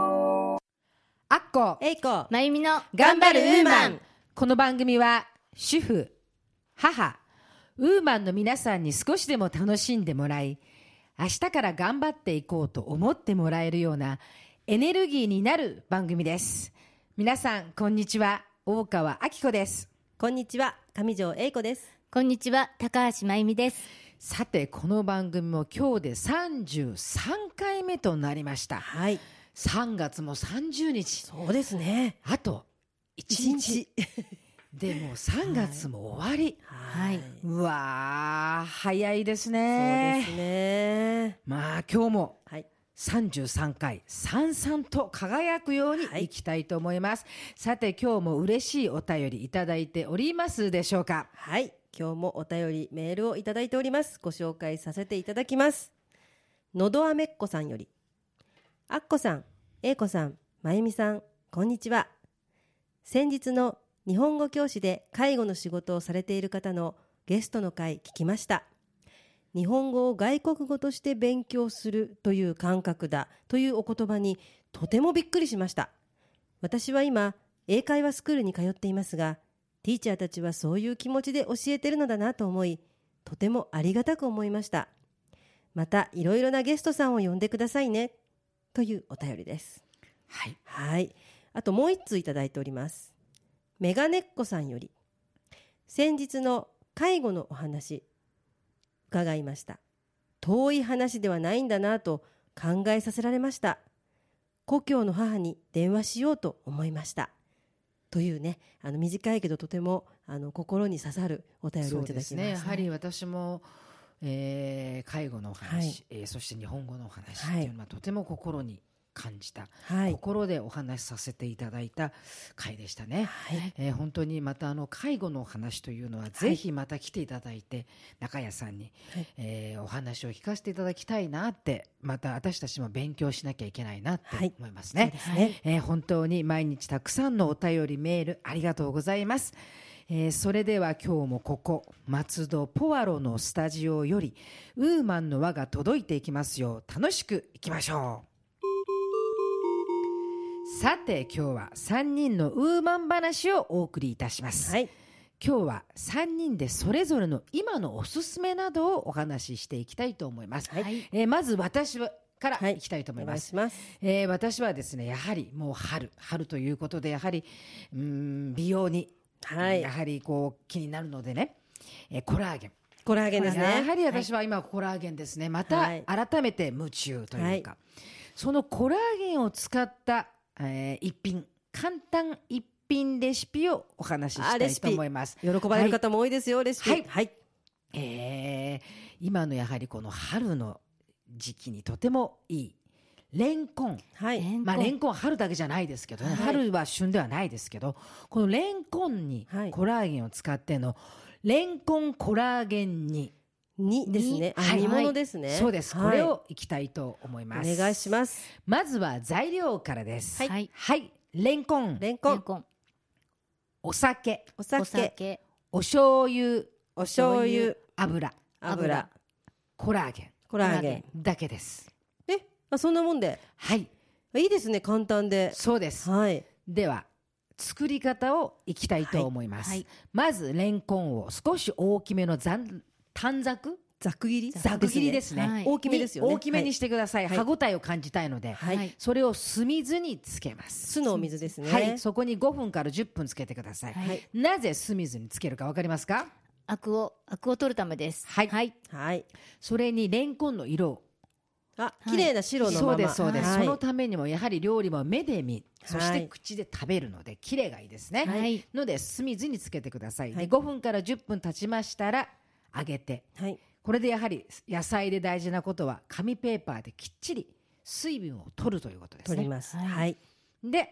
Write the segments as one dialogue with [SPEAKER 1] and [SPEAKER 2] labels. [SPEAKER 1] アッコ
[SPEAKER 2] えいこ、
[SPEAKER 3] まゆみの
[SPEAKER 2] 頑張るウーマン。
[SPEAKER 1] この番組は主婦母ウーマンの皆さんに少しでも楽しんでもらい明日から頑張っていこうと思ってもらえるようなエネルギーになる番組です皆さんこんにちは大川明子です
[SPEAKER 2] こんにちは、上条えいこです。
[SPEAKER 3] こんにちは、高橋まゆみです。
[SPEAKER 1] さてこの番組も今日で33回目となりました
[SPEAKER 2] はい、
[SPEAKER 1] 3月も30日
[SPEAKER 2] そうですね。
[SPEAKER 1] あと1日。でもう3月も終わり、
[SPEAKER 2] はい。そう
[SPEAKER 1] うわー早いです
[SPEAKER 2] で
[SPEAKER 1] ね
[SPEAKER 2] すね。
[SPEAKER 1] まあ今日も
[SPEAKER 2] はい。
[SPEAKER 1] 33回さんさんと輝くように
[SPEAKER 2] はい
[SPEAKER 1] いきたいと思います、さて今日も嬉しいお便りいただいておりますでしょうか
[SPEAKER 2] はい、今日もお便りメールをいただいております。ご紹介させていただきます。のどあめっこさんより、あっこさん、えいこさん、まゆみさん、こんにちは。先日の日本語教師で介護の仕事をされている方のゲストの回聞きました。日本語を外国語として勉強するという感覚だというお言葉にとてもびっくりしました。私は今、英会話スクールに通っていますが、ティーチャーたちはそういう気持ちで教えてるのだなと思い、とてもありがたく思いました。また、いろいろなゲストさんを呼んでくださいね。というお便りです。
[SPEAKER 1] はい
[SPEAKER 2] はい。あともう一通いただいております。メガネっこさんより、先日の介護のお話、伺いました。遠い話ではないんだなと考えさせられました。故郷の母に電話しようと思いました。というね、あの短いけどとてもあの心に刺さるお便り
[SPEAKER 1] そ
[SPEAKER 2] をいうただき
[SPEAKER 1] です
[SPEAKER 2] ました。
[SPEAKER 1] ねやはり私も、えー介護のお話、
[SPEAKER 2] はい
[SPEAKER 1] えーそして日本語のお話っ
[SPEAKER 2] はい
[SPEAKER 1] ていうのはとても心に感じた、
[SPEAKER 2] はい。
[SPEAKER 1] 心でお話しさせていただいた回でしたね、
[SPEAKER 2] はい。
[SPEAKER 1] えー本当にまたあの介護のお話というのはぜひまた来ていただいて中谷さんに、
[SPEAKER 2] はい
[SPEAKER 1] えーお話を聞かせていただきたいなってまた私たちも勉強しなきゃいけないなって
[SPEAKER 2] はい
[SPEAKER 1] 思います
[SPEAKER 2] そう
[SPEAKER 1] ね
[SPEAKER 2] で。すね。
[SPEAKER 1] えー本当に毎日たくさんのお便りメールありがとうございます、えーそれでは今日もここ松戸ポワロのスタジオよりウーマンの輪が届いていきますよう楽しくいきましょうさて今日は3人のウーマン話をお送りいたします、
[SPEAKER 2] はい。
[SPEAKER 1] 今日は3人でそれぞれの今のおすすめなどをお話ししていきたいと思います、
[SPEAKER 2] はい
[SPEAKER 3] い。
[SPEAKER 1] えーまず私から
[SPEAKER 2] はい
[SPEAKER 1] いきたいと思い
[SPEAKER 2] お
[SPEAKER 1] ま
[SPEAKER 2] 願い
[SPEAKER 1] す、
[SPEAKER 2] します。
[SPEAKER 1] えー私はですねやはりもう春春ということでやはりうーん美容に、
[SPEAKER 2] はい
[SPEAKER 1] や。はりこう気になるのでね、えーコラーゲン
[SPEAKER 2] コラーゲンですね。
[SPEAKER 1] やはり私は今コラーゲンですねまた
[SPEAKER 2] はい
[SPEAKER 1] 改めて夢中というか、そのコラーゲンを使った、えー一品簡単一品レシピをお話しし
[SPEAKER 2] あ
[SPEAKER 1] た
[SPEAKER 2] レ
[SPEAKER 1] い
[SPEAKER 2] シ
[SPEAKER 1] と
[SPEAKER 2] ピ
[SPEAKER 1] 思います。
[SPEAKER 2] 喜ばれる方も多いですよ、レシピ。
[SPEAKER 1] はい
[SPEAKER 2] はい。
[SPEAKER 1] えー今のやはりこの春の時期にとてもいいレンコン
[SPEAKER 2] はい。
[SPEAKER 1] まあ、レ
[SPEAKER 3] 連
[SPEAKER 1] ンコン春だけじゃないですけどね、
[SPEAKER 2] はい
[SPEAKER 1] 春は旬ではないですけどこのレンコンに
[SPEAKER 2] はい
[SPEAKER 1] コラーゲンを使ってのレンコンコラーゲン煮、
[SPEAKER 2] 煮ですね。あ
[SPEAKER 1] はい
[SPEAKER 2] 煮物ですね。
[SPEAKER 1] そうです、
[SPEAKER 2] はい
[SPEAKER 1] これをいきたいと思います
[SPEAKER 2] お願いします。
[SPEAKER 1] まずは材料からです
[SPEAKER 3] はいはい
[SPEAKER 1] レンコン
[SPEAKER 2] レンコ
[SPEAKER 3] コン
[SPEAKER 2] ン、
[SPEAKER 1] お酒
[SPEAKER 2] お
[SPEAKER 3] お
[SPEAKER 2] 酒、
[SPEAKER 3] 酒、
[SPEAKER 1] お醤油
[SPEAKER 2] お醤油、
[SPEAKER 1] 油
[SPEAKER 2] 油、
[SPEAKER 1] コラーゲ
[SPEAKER 2] コラーゲン。
[SPEAKER 1] ンだけです
[SPEAKER 2] え、あそんなもんで。
[SPEAKER 1] はい
[SPEAKER 2] いいですね、簡単で。
[SPEAKER 1] そうです
[SPEAKER 2] はい。
[SPEAKER 1] では作り方をいきたいと思います、
[SPEAKER 3] はい
[SPEAKER 1] まずレンコンを少し大きめのざん短冊
[SPEAKER 2] ざく切り
[SPEAKER 1] ざく切りですね
[SPEAKER 3] はい
[SPEAKER 2] 大きめですよね。
[SPEAKER 1] 大きめにしてください、
[SPEAKER 2] はい
[SPEAKER 1] 歯ごたえを感じたいので、
[SPEAKER 2] はい。はい。
[SPEAKER 1] それを酢水につけます、
[SPEAKER 2] 酢のお水ですね。
[SPEAKER 1] はいそこに5分から10分つけてください、
[SPEAKER 3] はい。
[SPEAKER 1] なぜ酢水につけるかわかりますか
[SPEAKER 3] アクを、アクを取るためです。
[SPEAKER 1] はい
[SPEAKER 3] はい。
[SPEAKER 2] はい。
[SPEAKER 1] それにレンコンの色を
[SPEAKER 2] あ、綺麗な白のま
[SPEAKER 1] そ
[SPEAKER 2] ま。
[SPEAKER 1] うですそうです、
[SPEAKER 2] はい
[SPEAKER 1] そのためにもやはり料理も目で見そし
[SPEAKER 2] は
[SPEAKER 1] て
[SPEAKER 2] い
[SPEAKER 1] 口で食べるのでキレがいいですね、
[SPEAKER 3] はい。
[SPEAKER 1] ので酢水につけてください、
[SPEAKER 2] はい
[SPEAKER 1] で5分から10分経ちましたら揚げて
[SPEAKER 2] はい。
[SPEAKER 1] これでやはり野菜で大事なことは紙ペーパーできっちり水分を取るということです
[SPEAKER 2] 取り
[SPEAKER 1] ね
[SPEAKER 2] ます。
[SPEAKER 3] はい
[SPEAKER 2] はい。
[SPEAKER 1] で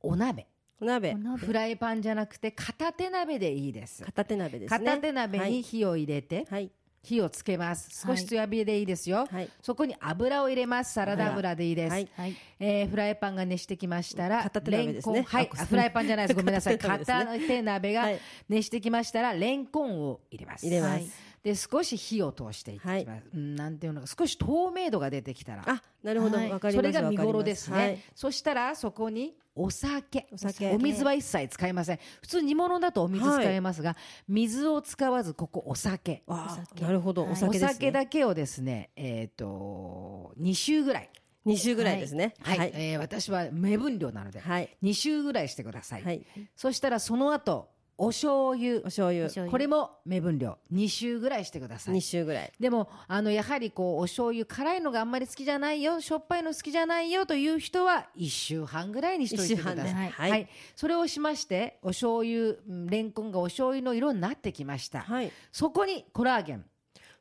[SPEAKER 1] お鍋
[SPEAKER 2] お鍋
[SPEAKER 3] お、鍋
[SPEAKER 1] フライパンじゃなくて片手鍋でいいです
[SPEAKER 2] 片手鍋ですね。
[SPEAKER 1] 片手鍋
[SPEAKER 2] はい
[SPEAKER 1] に火を入れて、
[SPEAKER 2] はい。
[SPEAKER 1] 火をつけます
[SPEAKER 3] は
[SPEAKER 1] 少
[SPEAKER 3] い
[SPEAKER 1] し強火でいいですよ、
[SPEAKER 2] はい。
[SPEAKER 1] そこに油を入れますサラダ油でいいです、
[SPEAKER 2] はい。
[SPEAKER 3] はい。
[SPEAKER 1] えーフライパンが熱してきましたら
[SPEAKER 2] 片手鍋ですね
[SPEAKER 1] レンコンはい
[SPEAKER 2] あ
[SPEAKER 1] あフライパンじゃないですごめんなさい
[SPEAKER 2] 片手鍋ですね
[SPEAKER 1] 片手鍋が
[SPEAKER 2] はい
[SPEAKER 1] 熱してきましたらレンコンを入れます
[SPEAKER 2] 入れ
[SPEAKER 1] は
[SPEAKER 2] ま
[SPEAKER 1] い
[SPEAKER 2] す。
[SPEAKER 1] で少し火を通していきます、
[SPEAKER 2] はい
[SPEAKER 1] うんなんていうの少し透明度が出てきたら
[SPEAKER 2] あ、なるほど、わ、
[SPEAKER 3] はい
[SPEAKER 2] かり
[SPEAKER 1] そ
[SPEAKER 2] ます。
[SPEAKER 1] れが見頃
[SPEAKER 2] わかります
[SPEAKER 1] ですね、
[SPEAKER 2] はい
[SPEAKER 1] そしたらそこにお酒
[SPEAKER 2] お酒
[SPEAKER 1] お水は一切使いません普通煮物だとお水使えますが、水を使わずここお酒
[SPEAKER 2] わあ
[SPEAKER 3] お酒
[SPEAKER 2] なるほど、
[SPEAKER 3] はい
[SPEAKER 2] お酒です、
[SPEAKER 1] お
[SPEAKER 2] ね。
[SPEAKER 1] 酒だけをですねえっ、と2週ぐらい
[SPEAKER 2] 二週ぐらいですね。
[SPEAKER 1] はい、
[SPEAKER 2] はい。
[SPEAKER 1] えー私は目分量なので、
[SPEAKER 2] はい。
[SPEAKER 1] 2週ぐらいしてください、
[SPEAKER 2] はい。
[SPEAKER 1] そしたらその後お醤油
[SPEAKER 2] お醤油
[SPEAKER 3] お醤油
[SPEAKER 1] これも目分量2週ぐらいしてくださ
[SPEAKER 2] 二
[SPEAKER 1] い
[SPEAKER 2] 週ぐらい。
[SPEAKER 1] でもあのやはりこうお醤油辛いのがあんまり好きじゃないよしょっぱいの好きじゃないよという人は1週半ぐらいにしといてくだ
[SPEAKER 2] で
[SPEAKER 1] さい
[SPEAKER 3] はい
[SPEAKER 1] はい、それをしましてお醤油うんレンコンがお醤油の色になってきました、
[SPEAKER 2] はい。
[SPEAKER 1] そこにコラーゲン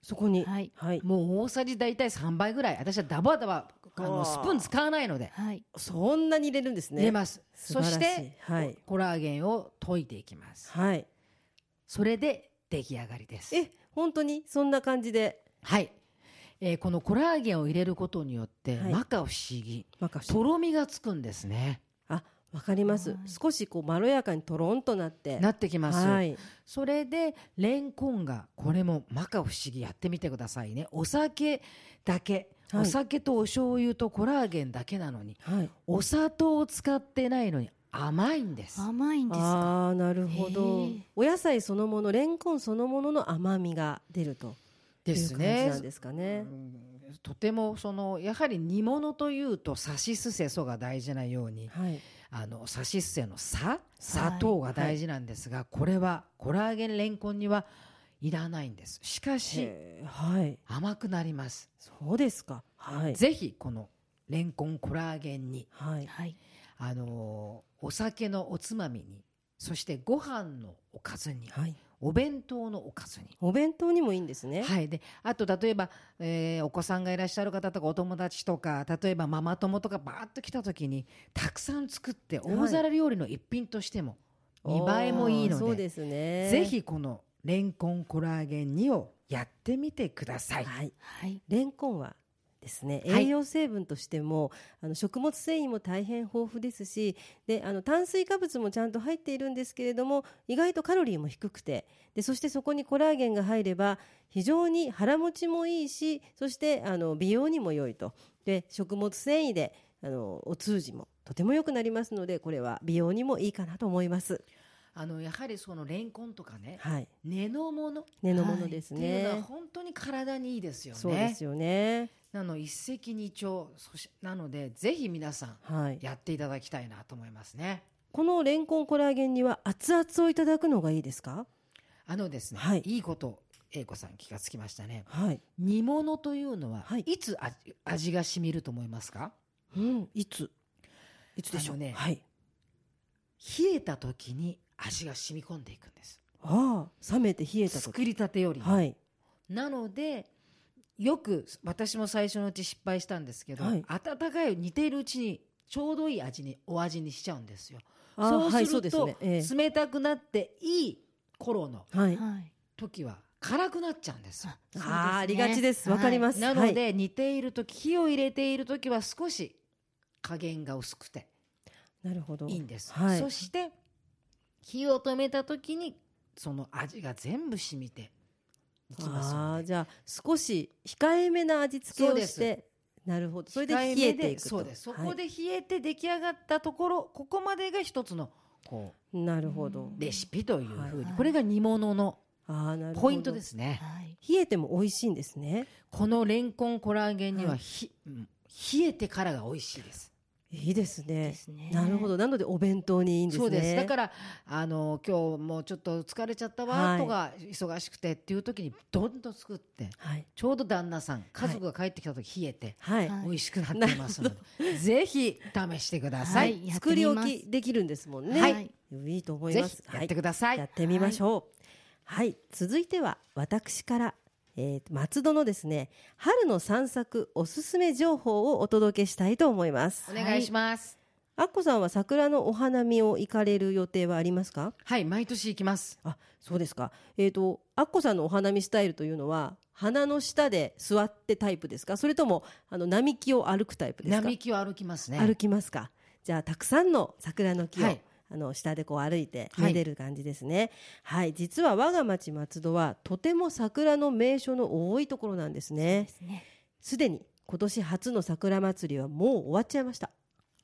[SPEAKER 2] そこに。
[SPEAKER 3] はい
[SPEAKER 2] はい。
[SPEAKER 1] もう大さじ大体3倍ぐらい私はダバダバあ
[SPEAKER 2] あー
[SPEAKER 1] のスプーン使わないので
[SPEAKER 3] はい。
[SPEAKER 2] そんなに入れるんですね。
[SPEAKER 1] 入れます、
[SPEAKER 2] 素
[SPEAKER 1] そ
[SPEAKER 2] 晴ら
[SPEAKER 1] し
[SPEAKER 2] しい
[SPEAKER 1] て、
[SPEAKER 2] はい
[SPEAKER 1] コラーゲンを溶いていきます
[SPEAKER 2] はい。
[SPEAKER 1] それで出来上がりです
[SPEAKER 2] え、本当にそんな感じで。
[SPEAKER 1] はい、えーこのコラーゲンを入れることによって、
[SPEAKER 2] はい
[SPEAKER 1] 摩訶不思議
[SPEAKER 2] まかし
[SPEAKER 1] とろみがつくんですね
[SPEAKER 2] あ、わかります
[SPEAKER 3] は。い
[SPEAKER 2] 少しこうまろやかにとろんとなって。
[SPEAKER 1] なってきます、
[SPEAKER 2] はい。
[SPEAKER 1] それでレンコンがこれも摩訶不思議やってみてくださいねお酒だけ、
[SPEAKER 2] はい
[SPEAKER 1] お酒とお醤油とコラーゲンだけなのに
[SPEAKER 2] はい。
[SPEAKER 1] お砂糖を使ってないのに甘いんです
[SPEAKER 3] 甘いんですか。
[SPEAKER 2] ああー、なるほど
[SPEAKER 3] へえ。
[SPEAKER 2] お野菜そのもの、レンコンそのものの甘みが出ると。
[SPEAKER 1] で
[SPEAKER 2] いう
[SPEAKER 1] す
[SPEAKER 2] 感じな
[SPEAKER 1] ね
[SPEAKER 2] んですかね。
[SPEAKER 1] うんとてもそのやはり煮物というとさしすせそが大事なように
[SPEAKER 2] はい。
[SPEAKER 1] あのさしすせのさ砂糖が大事なんですが、これはコラーゲンレンコンにはいらないんですしかし
[SPEAKER 2] へーはい。
[SPEAKER 1] 甘くなります、
[SPEAKER 2] そうですか。はい。
[SPEAKER 1] ぜひこのレンコンコラーゲンに
[SPEAKER 2] はい。
[SPEAKER 3] はい。
[SPEAKER 1] あのーお酒のおつまみにそしてご飯のおかずに
[SPEAKER 2] はい。
[SPEAKER 1] お弁当のおかずに
[SPEAKER 2] お弁当にもいいんですね。
[SPEAKER 1] はい、であと例えば、えーお子さんがいらっしゃる方とかお友達とか例えばママ友とかバーッと来た時にたくさん作って
[SPEAKER 2] はい
[SPEAKER 1] 大皿料理の一品としても見栄えもいい
[SPEAKER 2] おーそ
[SPEAKER 1] の
[SPEAKER 2] う
[SPEAKER 1] で,、
[SPEAKER 2] ですね。
[SPEAKER 1] ぜ。ひこのレンコンコラーゲン2をやってみてください。
[SPEAKER 2] はい。
[SPEAKER 3] はい。
[SPEAKER 2] レンコンはですね、
[SPEAKER 1] はい
[SPEAKER 2] 栄養成分としても、あの食物繊維も大変豊富ですし、で、あの炭水化物もちゃんと入っているんですけれども、意外とカロリーも低くて、で、そしてそこにコラーゲンが入れば、非常に腹持ちもいいし、そしてあの美容にも良いと。で、食物繊維で、あのお通じもとても良くなりますので、これは美容にもいいかなと思います。
[SPEAKER 1] あのやはりそのレンコンとかね
[SPEAKER 2] はい。
[SPEAKER 1] 根の物っ
[SPEAKER 2] 根のものです
[SPEAKER 1] ていうのは
[SPEAKER 2] ね。
[SPEAKER 1] 本当に体にいいですよね。
[SPEAKER 2] そうですよね。
[SPEAKER 1] なの一石二鳥そしなのでぜひ皆さん
[SPEAKER 2] はい。
[SPEAKER 1] やっていただきたいなと思いますね。
[SPEAKER 2] このレンコンコラーゲンには熱々をいただくのがいいですか。
[SPEAKER 1] あのですね、
[SPEAKER 2] はい
[SPEAKER 1] いいこと英子さん気がつきましたね。
[SPEAKER 2] はい。
[SPEAKER 1] 煮物というのは、
[SPEAKER 2] はい
[SPEAKER 1] い、つ味味が染みると思いますか
[SPEAKER 2] うん。いつ。いつでしょ
[SPEAKER 1] あ
[SPEAKER 2] う
[SPEAKER 1] のね
[SPEAKER 2] はい。
[SPEAKER 1] 冷えた時に味が染み込んでいくんです
[SPEAKER 2] ああ、冷めて冷えた時。
[SPEAKER 1] 作りたてよりも、
[SPEAKER 2] はい。
[SPEAKER 1] なのでよく私も最初のうち失敗したんですけど、
[SPEAKER 2] はい
[SPEAKER 1] 温かい煮ているうちにちょうどいい味にお味にしちゃうんですよ
[SPEAKER 2] ああ
[SPEAKER 1] そうする
[SPEAKER 2] は
[SPEAKER 1] と
[SPEAKER 2] い、そうですね。
[SPEAKER 1] 冷たくなっていい頃の
[SPEAKER 2] ええはい。
[SPEAKER 3] はい。
[SPEAKER 1] 時は辛くなっちゃうんですよ
[SPEAKER 2] ああ、ありがちです。わかり
[SPEAKER 3] す。
[SPEAKER 2] ます。
[SPEAKER 1] なの
[SPEAKER 2] はい、
[SPEAKER 1] で煮ている時火を入れている時は少し加減が薄くて
[SPEAKER 2] なるほど。
[SPEAKER 1] いいんです、
[SPEAKER 2] はい
[SPEAKER 1] そして火を止めた時にその味が全部染みていきます
[SPEAKER 2] あ
[SPEAKER 1] よ
[SPEAKER 2] あ、
[SPEAKER 1] ね
[SPEAKER 2] じゃあ、少し控えめな味付け
[SPEAKER 1] そ
[SPEAKER 2] を
[SPEAKER 1] うで
[SPEAKER 2] し
[SPEAKER 1] す
[SPEAKER 2] て。なるほど。それで
[SPEAKER 1] 控え
[SPEAKER 2] 冷
[SPEAKER 1] め
[SPEAKER 2] えていくと。
[SPEAKER 1] そうですそ
[SPEAKER 2] はい
[SPEAKER 1] こで冷えて出来上がったところ、ここまでが一つのこ
[SPEAKER 2] なるほど
[SPEAKER 1] う。レシピというふうに、
[SPEAKER 3] はい
[SPEAKER 1] これが煮物の
[SPEAKER 2] ああ、なるほど。。
[SPEAKER 1] ポイントですすね
[SPEAKER 3] はい。
[SPEAKER 2] 冷えても美味しいんですね。
[SPEAKER 1] このレンコンコラーゲンに
[SPEAKER 2] は
[SPEAKER 1] はいひ、うん冷えてからが美味しいです
[SPEAKER 2] いいですね
[SPEAKER 3] で。すね。
[SPEAKER 2] なるほど。なのでお弁当にいいんですね。
[SPEAKER 1] そうですだからあの今日もうちょっと疲れちゃった
[SPEAKER 2] は
[SPEAKER 1] わ
[SPEAKER 2] い
[SPEAKER 1] とか、忙しくてっていう時にどんどん作って
[SPEAKER 2] はい。
[SPEAKER 1] ちょうど旦那さん家族が帰ってきた時冷えて、
[SPEAKER 2] はい。
[SPEAKER 3] はい
[SPEAKER 1] 美味しくなってますので、ぜひ試してくださ、
[SPEAKER 3] はいいやって
[SPEAKER 2] 作り
[SPEAKER 3] み
[SPEAKER 2] 置
[SPEAKER 3] ます
[SPEAKER 2] きできるんですもんね。。
[SPEAKER 3] はいい。
[SPEAKER 2] いと思い
[SPEAKER 1] ぜ
[SPEAKER 2] ま
[SPEAKER 1] ひ
[SPEAKER 2] す。
[SPEAKER 1] やってくださ、
[SPEAKER 2] はいいやってみましょう。はい、続いては私から、えー、松戸のですね、春の散策おすすめ情報をお届けしたいと思います。
[SPEAKER 1] お願いします
[SPEAKER 2] あっこさんは桜のお花見を行かれる予定はありますか？
[SPEAKER 1] はい、毎年行きます
[SPEAKER 2] あ、そうですか。えっ、とあっこさんのお花見スタイルというのは花の下で座ってタイプですか？それともあの並木を歩くタイプですか？
[SPEAKER 1] 並木を歩きますね
[SPEAKER 2] 歩きますか。じゃあたくさんの桜の木を、
[SPEAKER 1] はい
[SPEAKER 2] あの下でこう歩いて
[SPEAKER 1] はい
[SPEAKER 2] めでる感じですね。はい、実は我が町松戸はとても桜の名所の多いところなんですね
[SPEAKER 3] で。すね。
[SPEAKER 2] すでに今年初の桜祭りはもう終わっちゃいました。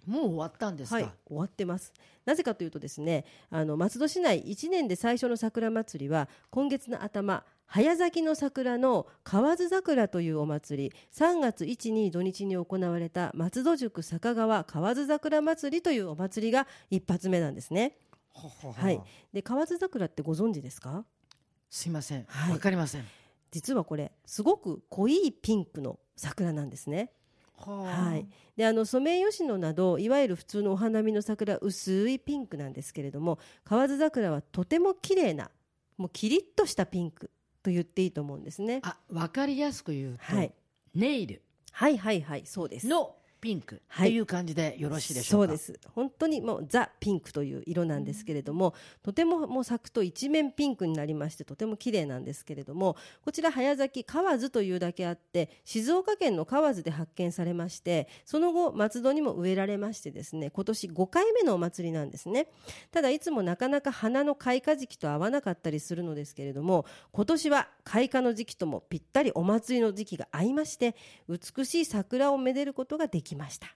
[SPEAKER 1] もう終わったんですか、
[SPEAKER 2] はい、終わってます。なぜかというとですね、あの松戸市内1年で最初の桜祭りは今月の頭。早咲きの桜の河津桜というお祭り3月1、2土日に行われた松戸塾坂川河津桜祭りというお祭りが一発目なんですね。
[SPEAKER 1] ほほほ
[SPEAKER 2] はい、で河津桜ってご存知ですか
[SPEAKER 1] すいませんわ、
[SPEAKER 2] はい
[SPEAKER 1] かりません
[SPEAKER 2] 実はこれすごく濃いピンクの桜なんですね。はい、であのソメイヨシノなどいわゆる普通のお花見の桜薄いピンクなんですけれども河津桜はとても綺麗なもうキリッとしたピンクと言っていいと思うんですね。
[SPEAKER 1] あわかりやすく言うと、
[SPEAKER 2] はい、
[SPEAKER 1] ネイル
[SPEAKER 2] はいはいはいそうです。
[SPEAKER 1] のピンク
[SPEAKER 2] はい
[SPEAKER 1] という感じでよろしいでしょうか、
[SPEAKER 2] そうです本当にもうザ・ピンクという色なんですけれども、とてももう咲くと一面ピンクになりましてとても綺麗なんですけれどもこちら早咲き河津というだけあって静岡県の河津で発見されましてその後松戸にも植えられましてですね今年5回目のお祭りなんですねただいつもなかなか花の開花時期と合わなかったりするのですけれども今年は開花の時期ともぴったりお祭りの時期が合いまして美しい桜をめでることができました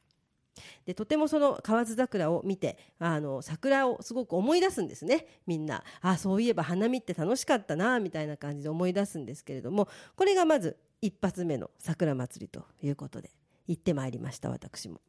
[SPEAKER 2] でとてもその河津桜を見てあの桜をすごく思い出すんですねみんなあそういえば花見って楽しかったなみたいな感じで思い出すんですけれどもこれがまず一発目の桜祭りということで行ってまいりました私も。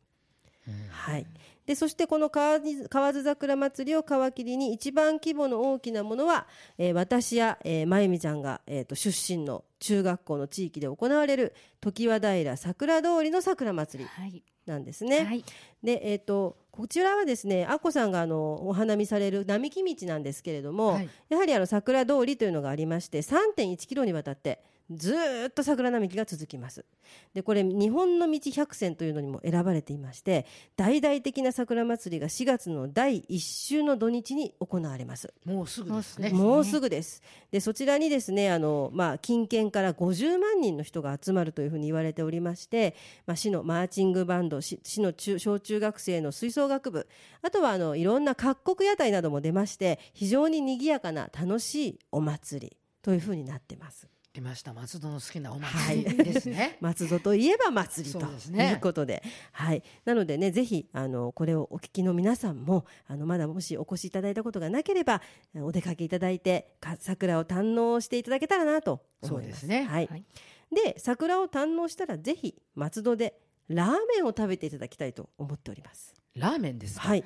[SPEAKER 2] はい、でそしてこの河津河津桜祭りを皮切りに一番規模の大きなものは、えー私や、えー、まゆみちゃんが、えー、と出身の中学校の地域で行われる常盤平桜通りの桜祭り
[SPEAKER 3] はい。
[SPEAKER 2] なんですね。
[SPEAKER 3] はい。
[SPEAKER 2] で、えっ、と、こちらはですね、アッコさんがあの、お花見される並木道なんですけれども、
[SPEAKER 1] はい
[SPEAKER 2] やはりあの、桜通りというのがありまして、3.1キロにわたって、ずーっと桜並木が続きます。で、これ、日本の道100選というのにも選ばれていまして、大々的な桜祭りが4月の第1週の土日に行われます。
[SPEAKER 1] もうすぐですね
[SPEAKER 3] も
[SPEAKER 2] もうすぐです。で、そちらにですね、あの、まあ、近県から50万人の人が集まるというふうに言われておりまして、まあ、市のマーチングバンド、市市の中小中学生の吹奏楽部、あとは、あの、いろんな各国屋台なども出まして、非常に賑やかな楽しいお祭りというふうになってます。
[SPEAKER 1] 出ました松戸の好きなお祭りです ね、
[SPEAKER 2] 松戸といえば祭りと
[SPEAKER 1] そうですね
[SPEAKER 2] いうことではい、なのでねぜひあのこれをお聞きの皆さんもあのまだもしお越しいただいたことがなければお出かけいただいてか桜を堪能していただけたらなと思います
[SPEAKER 1] そうですね
[SPEAKER 2] はい
[SPEAKER 3] はい
[SPEAKER 2] で桜を堪能したらぜひ松戸でラーメンを食べていただきたいと思っております。
[SPEAKER 1] ラーメンですか、
[SPEAKER 2] はい、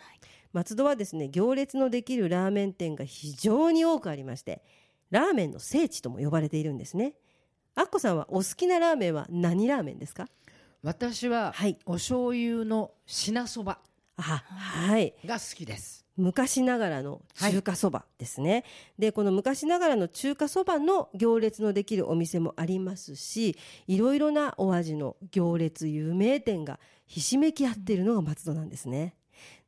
[SPEAKER 2] 松戸はですね行列のできるラーメン店が非常に多くありましてラーメンの聖地とも呼ばれているんですねアッコさんはお好きなラーメンは何ラーメンですか
[SPEAKER 1] 私は、
[SPEAKER 2] はい
[SPEAKER 1] お醤油の品そば
[SPEAKER 2] あはい
[SPEAKER 1] が好きです
[SPEAKER 2] 昔ながらの中華そばですね、でこの昔ながらの中華そばの行列のできるお店もありますしいろいろなお味の行列有名店がひしめき合っているのが松戸なんですね。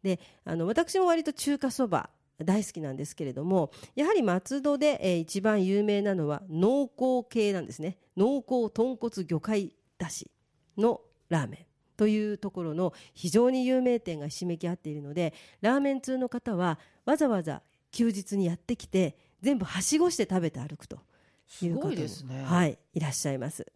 [SPEAKER 2] であの私も割と中華そば大好きなんですけれどもやはり松戸で、えー一番有名なのは濃厚系なんですね濃厚豚骨魚介だしのラーメンというところの非常に有名店がひしめき合っているのでラーメン通の方はわざわざ休日にやってきて全部はしごして食べて歩くと
[SPEAKER 1] す
[SPEAKER 2] いう方
[SPEAKER 1] ご
[SPEAKER 2] も
[SPEAKER 1] いですね、
[SPEAKER 2] はい、いらっしゃいます。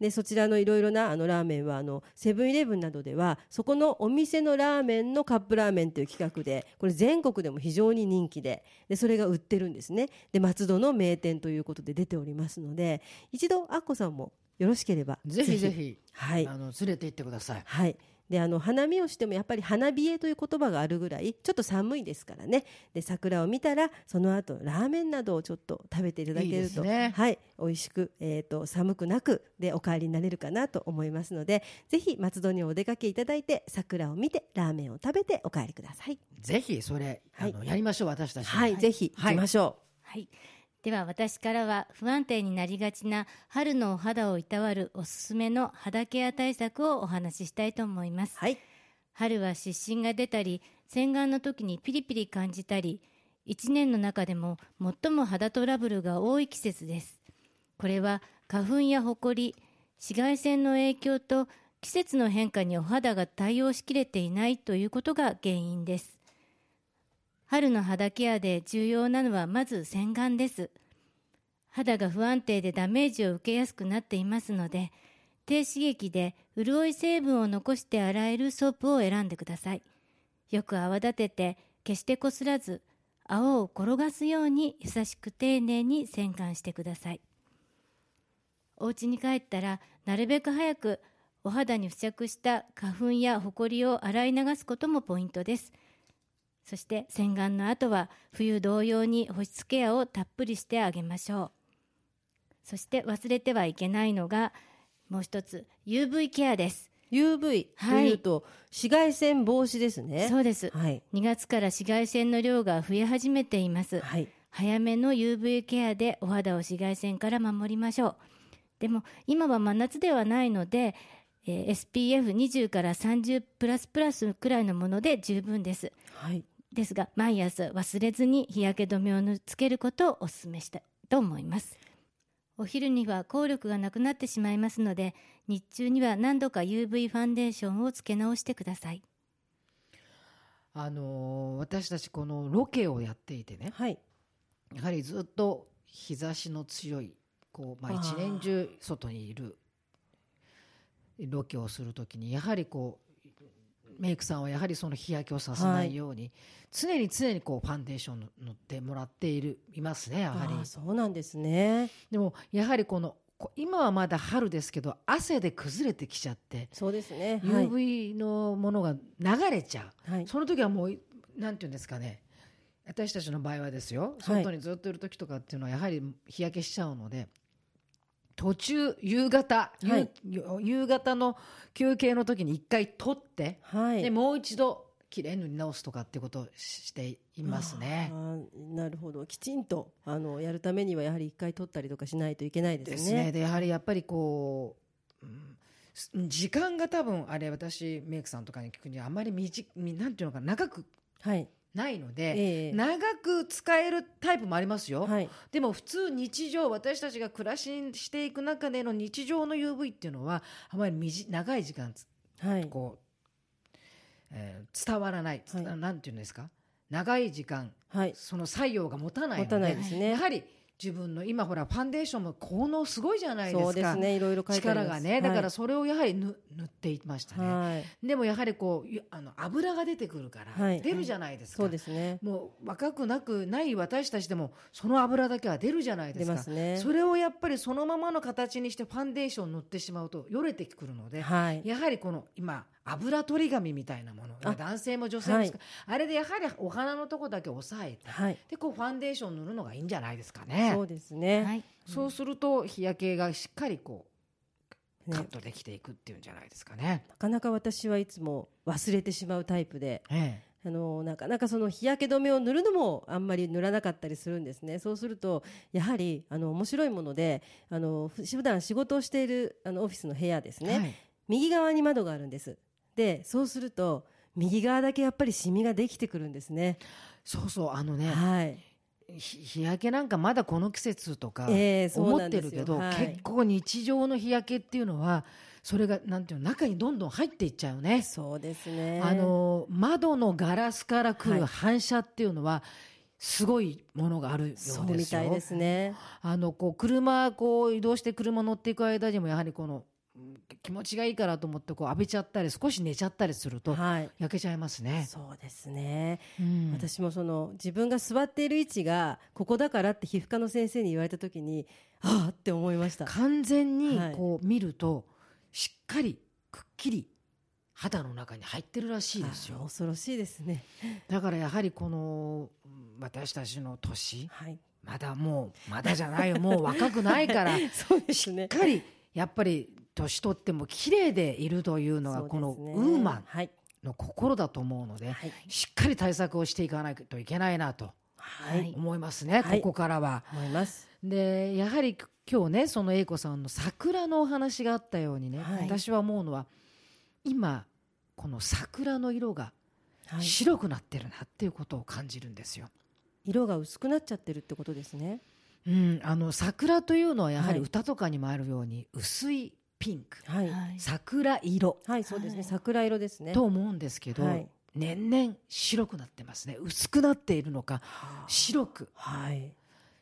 [SPEAKER 2] で、そちらのいろいろなあのラーメンはあのセブンイレブンなどではそこのお店のラーメンのカップラーメンという企画で、これ全国でも非常に人気で、でそれが売ってるんですね。で、松戸の名店ということで出ておりますので、一度アッコさんもよろしければ
[SPEAKER 1] ぜひぜひ、
[SPEAKER 2] はい
[SPEAKER 1] あの連れて行ってください
[SPEAKER 2] はい。であの花見をしてもやっぱり花冷えという言葉があるぐらいちょっと寒いですからねで桜を見たらその後ラーメンなどをちょっと食べていただけ
[SPEAKER 1] いい
[SPEAKER 2] る
[SPEAKER 1] です
[SPEAKER 2] と
[SPEAKER 1] ね
[SPEAKER 2] はい、美味しく、えー、と寒くなくでお帰りになれるかなと思いますのでぜひ松戸にお出かけいただいて桜を見てラーメンを食べてお帰りください。
[SPEAKER 1] ぜひそれ、
[SPEAKER 2] はい
[SPEAKER 1] あのやりましょう私たちも
[SPEAKER 2] はい、ぜひ行きましょ
[SPEAKER 3] はい。では私からは不安定になりがちな春のお肌をいたわるおすすめの肌ケア対策をお話ししたいと思います
[SPEAKER 2] う。。はい、
[SPEAKER 3] 春は湿疹が出たり洗顔の時にピリピリ感じたり一年の中でも最も肌トラブルが多い季節ですこれは花粉やホコリ紫外線の影響と季節の変化にお肌が対応しきれていないということが原因です春の肌ケアで重要なのはまず洗顔です。肌が不安定でダメージを受けやすくなっていますので、低刺激で潤い成分を残して洗えるソープを選んでください。よく泡立てて、決してこすらず、泡を転がすように優しく丁寧に洗顔してください。お家に帰ったら、なるべく早くお肌に付着した花粉やホコリを洗い流すこともポイントです。そして洗顔の後は冬同様に保湿ケアをたっぷりしてあげましょう。そして忘れてはいけないのがもう一つ UV ケアです。
[SPEAKER 2] UV というと、紫外線防止ですね。
[SPEAKER 3] そうです。
[SPEAKER 2] はい。
[SPEAKER 3] 2月から紫外線の量が増え始めています。
[SPEAKER 2] はい。
[SPEAKER 3] 早めの UV ケアでお肌を紫外線から守りましょうでも今は真夏ではないので、えー SPF20 から30プラスプラスくらいのもので十分です
[SPEAKER 2] はい。
[SPEAKER 3] ですが毎朝忘れずに日焼け止めを塗つけることをお勧めしたいと思いますお昼には効力がなくなってしまいますので日中には何度か UV ファンデーションをつけ直してください
[SPEAKER 1] あのー私たちこのロケをやっていてね
[SPEAKER 2] はい。
[SPEAKER 1] やはりずっと日差しの強いこう、まあ、
[SPEAKER 2] あー
[SPEAKER 1] 一年中外にいるロケをするときにやはりこうメイクさんはやはりその日焼けをさせな
[SPEAKER 2] はいい
[SPEAKER 1] ように、常に常にこうファンデーションの塗ってもらっているいますねやはり
[SPEAKER 2] ああ、そうなんですね。
[SPEAKER 1] でもやはりこのこ今はまだ春ですけど汗で崩れてきちゃって
[SPEAKER 2] そうですね。はい。
[SPEAKER 1] UV のものが流れちゃう、
[SPEAKER 2] はい。
[SPEAKER 1] その時はもうなんていうんですかね私たちの場合はですよ
[SPEAKER 2] はい
[SPEAKER 1] 外にずっといる時とかっていうのはやはり日焼けしちゃうので途中夕方、夕
[SPEAKER 2] はい
[SPEAKER 1] 夕方の休憩の時に一回取って、
[SPEAKER 2] はい。
[SPEAKER 1] でもう一度きれいに塗り直すとかっていうことをししていますね
[SPEAKER 2] あ。ーなるほど。きちんと、あの、やるためには、やはり一回取ったりとかしないといけないで
[SPEAKER 1] です
[SPEAKER 2] す
[SPEAKER 1] ね。
[SPEAKER 2] ね。
[SPEAKER 1] でやはりやっぱりこう、うんす時間が多分あれ私メイクさんとかに聞くにはあんまり短みなんていうのかな長く
[SPEAKER 2] はい。
[SPEAKER 1] ないので、
[SPEAKER 2] ええ
[SPEAKER 1] 長く使えるタイプもありますよ。
[SPEAKER 2] はい。
[SPEAKER 1] でも普通日常私たちが暮らしにしていく中での日常の UV っていうのはあまりみじ長い時間つ
[SPEAKER 2] はい。
[SPEAKER 1] こう、えー伝わらない、つ
[SPEAKER 2] はい
[SPEAKER 1] なんていうんですか長い時間
[SPEAKER 2] はい。
[SPEAKER 1] その作用が持たない
[SPEAKER 2] 持
[SPEAKER 1] ので
[SPEAKER 2] たないです
[SPEAKER 1] や
[SPEAKER 2] ね。
[SPEAKER 1] はり自分の今ほらファンデーションも効能すごいじゃないですか
[SPEAKER 2] そうですね。いろいろ書いてあり
[SPEAKER 1] 力
[SPEAKER 2] ま
[SPEAKER 1] が
[SPEAKER 2] す
[SPEAKER 1] ねだから
[SPEAKER 2] は
[SPEAKER 1] それをやはりぬ塗っていました
[SPEAKER 2] い。
[SPEAKER 1] ね、
[SPEAKER 2] はい。
[SPEAKER 1] でもやはりこうゆあの油が出てくるから、
[SPEAKER 2] はい
[SPEAKER 1] 出るじゃないですか、
[SPEAKER 2] そうですね。
[SPEAKER 1] もう若くなくない私たちでもその油だけは出るじゃないで
[SPEAKER 2] 出
[SPEAKER 1] すか
[SPEAKER 2] ますね。
[SPEAKER 1] それをやっぱりそのままの形にしてファンデーション塗ってしまうとよれてくるので、
[SPEAKER 2] はい。
[SPEAKER 1] やはりこの今油取り紙みたいなもの
[SPEAKER 2] あ
[SPEAKER 1] 男性も女性もですか、あれでやはりお花のとこだけ押さえて
[SPEAKER 2] はい。
[SPEAKER 1] でこうファンデーション塗るのがいいんじゃないですかね
[SPEAKER 2] そ
[SPEAKER 1] そう
[SPEAKER 2] うですね。
[SPEAKER 3] はい
[SPEAKER 1] そうすると日焼けがしっかりこう
[SPEAKER 2] ね
[SPEAKER 1] カットできていくっていうんじゃないですかね。
[SPEAKER 2] なかなか私はいつも忘れてしまうタイプで、
[SPEAKER 1] ええ
[SPEAKER 2] あのなかなかその日焼け止めを塗るのもあんまり塗らなかったりするんですね。そうするとやはりあの面白いもので、あのふ普段仕事をしているあのオフィスの部屋ですね。
[SPEAKER 1] はい
[SPEAKER 2] 右側に窓があるんです。で、そうすると右側だけやっぱりシミができてくるんですね。
[SPEAKER 1] そうそうあのね、
[SPEAKER 2] はい。
[SPEAKER 1] ひ日焼けなんかまだこの季節とか、
[SPEAKER 2] えーそう
[SPEAKER 1] 思
[SPEAKER 2] な
[SPEAKER 1] っ
[SPEAKER 2] ん
[SPEAKER 1] て
[SPEAKER 2] です
[SPEAKER 1] る
[SPEAKER 2] よ
[SPEAKER 1] けど、
[SPEAKER 2] はい
[SPEAKER 1] 結構日常の日焼けっていうのはそれがなんていうの中にどんどん入っていっちゃうね。
[SPEAKER 2] そうですね。
[SPEAKER 1] あの窓のガラスから来る
[SPEAKER 2] はい
[SPEAKER 1] 反射っていうのは、すごいものがあるようです
[SPEAKER 2] そ
[SPEAKER 1] よ。
[SPEAKER 2] うみたいですね。
[SPEAKER 1] あのこう車こう移動して車乗っていく間にもやはりこのうん気持ちがいいからと思ってこう浴びちゃったり少し寝ちゃったりすると
[SPEAKER 2] はい。
[SPEAKER 1] 焼けちゃいますね。
[SPEAKER 2] そうですね。
[SPEAKER 1] うん
[SPEAKER 2] 私もその自分が座っている位置がここだからって皮膚科の先生に言われた時にああって思いました
[SPEAKER 1] 完全に
[SPEAKER 2] はい
[SPEAKER 1] こう見ると、しっかりくっきり肌の中に入ってるらしいです
[SPEAKER 2] あ
[SPEAKER 1] よ
[SPEAKER 2] あ恐ろしいですね
[SPEAKER 1] だからやはりこのうん私たちの年
[SPEAKER 2] はい
[SPEAKER 1] まだもうまだじゃないよ もう若くないからし
[SPEAKER 2] そうですね
[SPEAKER 1] っかりやっぱり年取っても綺麗でいるというのがこの
[SPEAKER 2] そうですね
[SPEAKER 1] ウーマン
[SPEAKER 2] はい
[SPEAKER 1] の心だと思うので
[SPEAKER 2] はい
[SPEAKER 1] しっかり対策をしていかないといけないなと
[SPEAKER 2] はい、
[SPEAKER 3] はい
[SPEAKER 1] 思いますね、
[SPEAKER 2] はい
[SPEAKER 1] ここからは。
[SPEAKER 2] 思います
[SPEAKER 1] でやはり今日ねその英子さんの桜のお話があったようにね、
[SPEAKER 2] はい
[SPEAKER 1] 私は思うのは今この桜の色が
[SPEAKER 2] はい
[SPEAKER 1] 白くなってるなっていうことを感じるんですよ。
[SPEAKER 2] 色が薄くなっちゃってるってことですね
[SPEAKER 1] うん、あの桜というのはやはり
[SPEAKER 2] はい
[SPEAKER 1] 歌とかにもあるように薄いピンク、
[SPEAKER 2] はい
[SPEAKER 3] はい
[SPEAKER 1] 桜色
[SPEAKER 2] はいそうですね
[SPEAKER 3] はい
[SPEAKER 2] 桜色ですね
[SPEAKER 1] と思うんですけど、
[SPEAKER 2] はい
[SPEAKER 1] 年々白くなってますね薄くなっているのか白く
[SPEAKER 2] はい。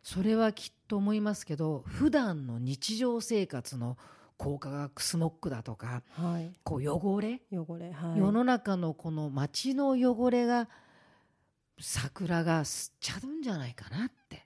[SPEAKER 1] それはきっと思いますけど普段の日常生活の高化学スモックだとか
[SPEAKER 2] はい。
[SPEAKER 1] こう汚れ、
[SPEAKER 2] 汚れ。はい。
[SPEAKER 1] 世の中のこの街の汚れが桜が吸っちゃうんじゃないかなって、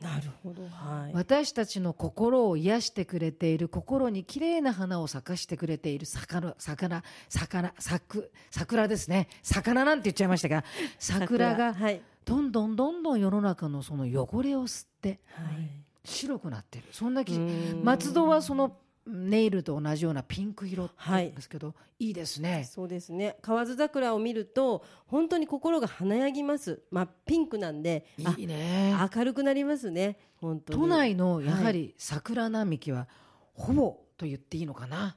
[SPEAKER 2] なるほど。はい。
[SPEAKER 1] 私たちの心を癒してくれている心に綺麗な花を咲かしてくれている魚魚魚桜桜ですね魚なんて言っちゃいました が桜が
[SPEAKER 2] はい。
[SPEAKER 1] どんどんどんどん世の中のその汚れを吸って
[SPEAKER 2] はい。
[SPEAKER 1] 白くなってるそんな気
[SPEAKER 2] うん
[SPEAKER 1] 松戸はそのネイルと同じようなピンク色って言うんですけど、い、いですね
[SPEAKER 2] そうですね河津桜を見ると本当に心が華やぎます、まあ、ピンクなんであ
[SPEAKER 1] いいね
[SPEAKER 2] 明るくなりますね本当に
[SPEAKER 1] 都内のやはり桜並木はほぼと言っていいのかな、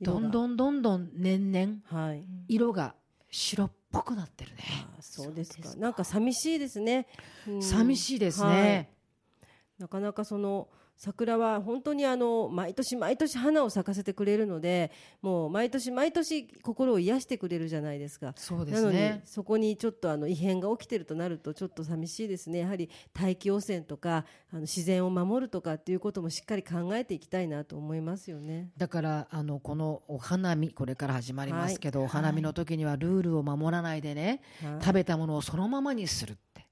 [SPEAKER 1] どん
[SPEAKER 2] ん
[SPEAKER 1] どんどんどん年々
[SPEAKER 2] はい
[SPEAKER 1] 色が白っぽくなってるね、
[SPEAKER 2] あそうです
[SPEAKER 3] そうで
[SPEAKER 2] か
[SPEAKER 3] すか
[SPEAKER 2] なんか寂しいですね、
[SPEAKER 1] 寂
[SPEAKER 2] い
[SPEAKER 1] しいです
[SPEAKER 2] はい
[SPEAKER 1] ね、
[SPEAKER 2] なかなかその桜は本当にあの毎年毎年花を咲かせてくれるのでもう毎年毎年心を癒してくれるじゃないですか
[SPEAKER 1] そうで
[SPEAKER 2] な
[SPEAKER 1] す
[SPEAKER 2] のに
[SPEAKER 1] ね
[SPEAKER 2] そこにちょっとあの異変が起きてるとなるとちょっと寂しいですねやはり大気汚染とかあの自然を守るとかっていうこともしっかり考えていきたいなと思いますよね。
[SPEAKER 1] だからあのこのお花見これから始まりますけど、お花見の時にはルールを守らないでね、食べたものをそのままにするって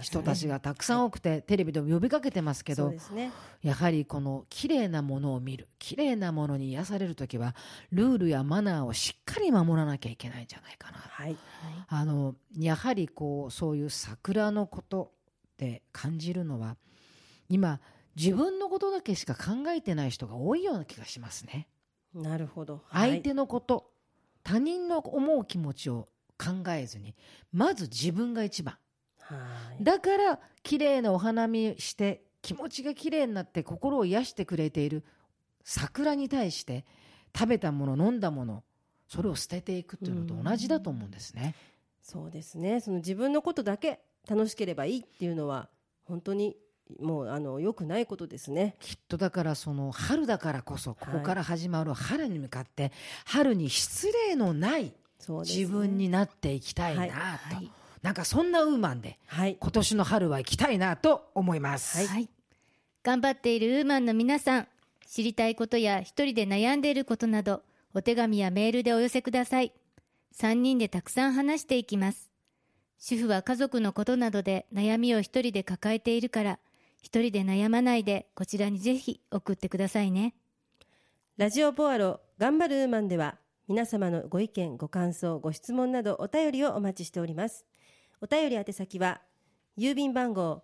[SPEAKER 1] 人たち
[SPEAKER 2] が
[SPEAKER 1] がたくさん多くて、テレビでも呼びかけてますけ
[SPEAKER 2] そう
[SPEAKER 1] ど
[SPEAKER 2] ですね
[SPEAKER 1] やはりこの綺麗なものを見る綺麗なものに癒される時はルールやマナーをしっかり守らなきゃいけないんじゃないかな
[SPEAKER 2] はい
[SPEAKER 3] は
[SPEAKER 1] あのやはりこうそういう桜のことで感じるのは今自分のことだけしか考えてない人が多いような気がしますね。
[SPEAKER 2] なるほど
[SPEAKER 1] 相手のこと、他人の思う気持ちを考えずにまず自分が一番
[SPEAKER 2] はい
[SPEAKER 1] だから綺麗なお花見して気持ちが綺麗になって心を癒してくれている桜に対して食べたもの飲んだものそれを捨てていくっていうのと同じだと思うんですね。
[SPEAKER 2] そうですねその自分のことだけ楽しければいいっていうのは本当にもうあの良くないことですね。
[SPEAKER 1] きっとだからその春だからこそここから始まる春に向かって春に失礼のない
[SPEAKER 2] そうですね
[SPEAKER 1] 自分になっていきたいなと、
[SPEAKER 3] はい
[SPEAKER 1] なんかそんなウーマンで
[SPEAKER 2] はい
[SPEAKER 1] 今年の春は行きたいなと思います。
[SPEAKER 3] い、はい、頑張っているウーマンの皆さん知りたいことや一人で悩んでいることなどお手紙やメールでお寄せください3人でたくさん話していきます主婦は家族のことなどで悩みを一人で抱えているから一人で悩まないでこちらにぜひ送ってくださいね
[SPEAKER 2] ラジオポアロ頑張るウーマンでは皆様のご意見、ご感想、ご質問などお便りをお待ちしております。お便り宛先は郵便番号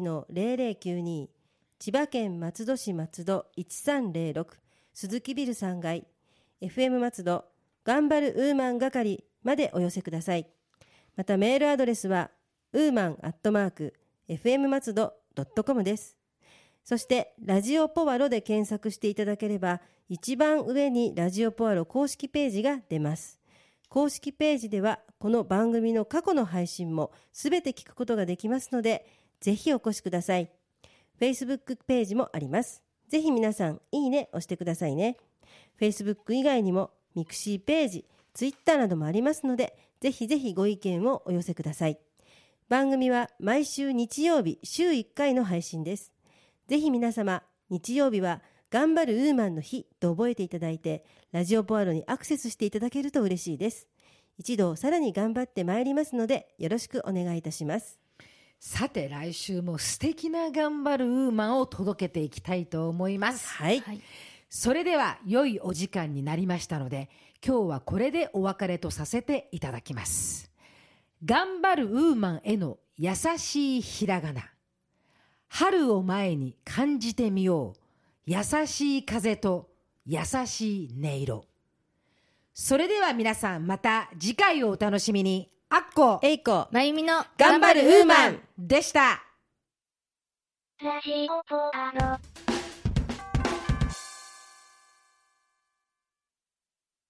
[SPEAKER 2] 271-0092千葉県松戸市松戸1306鈴木ビル3階 FM 松戸頑張るウーマン係までお寄せください。またメールアドレスはウーマンアットマーク FM 松戸 .com です。そして、ラジオポワロで検索していただければ、一番上にラジオポワロ公式ページが出ます。公式ページでは、この番組の過去の配信もすべて聞くことができますので、ぜひお越しください。Facebook ページもあります。ぜひ皆さん、いいね押してくださいね。Facebook 以外にも、ミクシーページ、Twitter などもありますので、ぜひぜひご意見をお寄せください。番組は毎週日曜日、週1回の配信です。ぜひ皆様、日曜日は頑張るウーマンの日と覚えていただいて、ラジオポアロにアクセスしていただけると嬉しいです。一度さらに頑張ってまいりますので、よろしくお願いいたします。
[SPEAKER 1] さて来週も素敵な頑張るウーマンを届けていきたいと思います。
[SPEAKER 2] はい。
[SPEAKER 3] はい
[SPEAKER 1] それでは良いお時間になりましたので、今日はこれでお別れとさせていただきます。頑張るウーマンへの優しいひらがな。春を前に感じてみよう。優しい風と優しい音色。それでは皆さんまた次回をお楽しみに。アッコ
[SPEAKER 2] えいこ、
[SPEAKER 3] まゆみの
[SPEAKER 2] 頑張るウーマン
[SPEAKER 1] でした。
[SPEAKER 4] ラジオポアロ。